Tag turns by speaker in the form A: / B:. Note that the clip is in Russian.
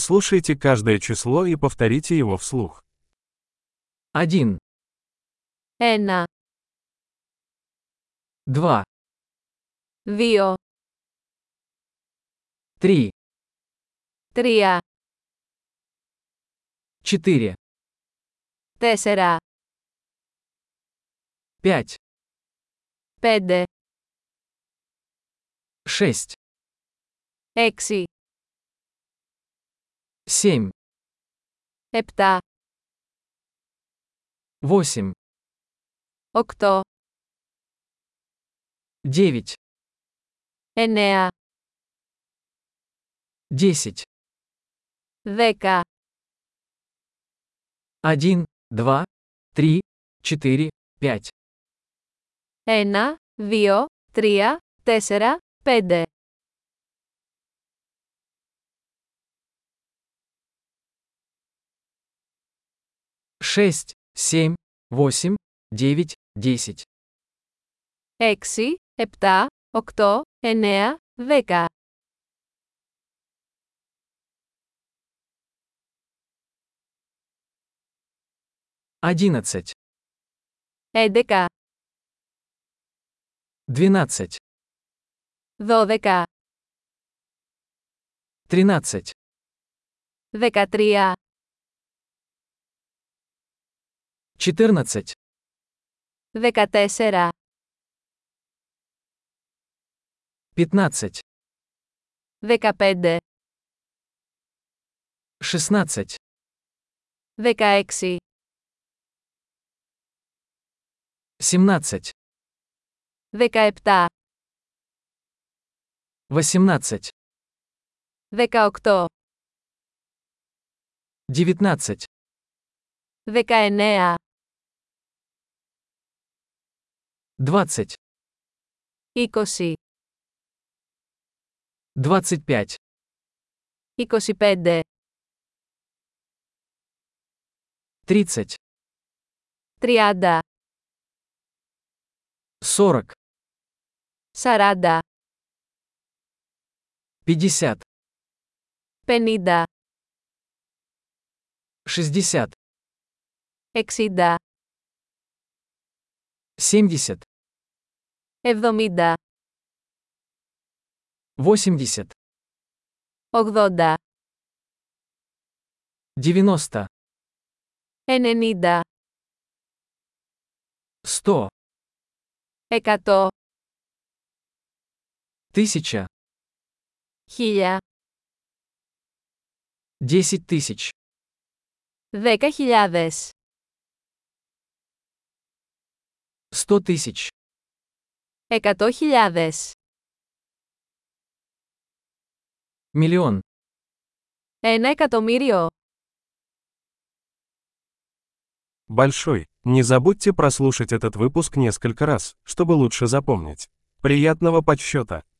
A: Прослушайте каждое число и повторите его вслух.
B: 1,
C: Ένα,
B: 2,
C: δύο,
B: 3,
C: τρία,
B: 4,
C: τέσσερα,
B: 5,
C: πέντε,
B: 6,
C: έξι,
B: 7,
C: επτά,
B: 8,
C: οκτώ,
B: 9,
C: εννέα,
B: 10,
C: δέκα,
B: 1, 2, 3, 4, 5,
C: ένα, δύο, τρία, τέσσερα, πέντε,
B: 6, 7, 8, 9, 10,
C: έξι, επτά, οκτώ, εννέα, δέκα,
B: 11,
C: έντεκα,
B: 12,
C: δώδεκα,
B: 13,
C: δεκατρία,
B: 14,
C: δεκατέσσερα,
B: 15,
C: δεκαπέντε,
B: 16,
C: δεκαέξι,
B: 17,
C: δεκαεπτά,
B: 18,
C: δεκαοκτώ,
B: 19,
C: δεκαεννέα,
B: 20,
C: είκοσι,
B: 25,
C: εικοσιπέντε,
B: 30,
C: τριάντα,
B: 40,
C: σαράντα,
B: 50,
C: πενήντα,
B: 60,
C: εξήντα,
B: 70,
C: εβδομήντα,
B: 80,
C: ογδόντα,
B: 90,
C: ενενήντα,
B: 100,
C: εκατό,
B: 1000,
C: χίλια,
B: 10 тысяч,
C: δέκα χιλιάδες,
B: 100 тысяч,
C: εκατό χιλιάδες,
B: миллион,
C: ένα εκατομμύριο.
A: Большой. Не забудьте прослушать этот выпуск несколько раз, чтобы лучше запомнить. Приятного подсчета!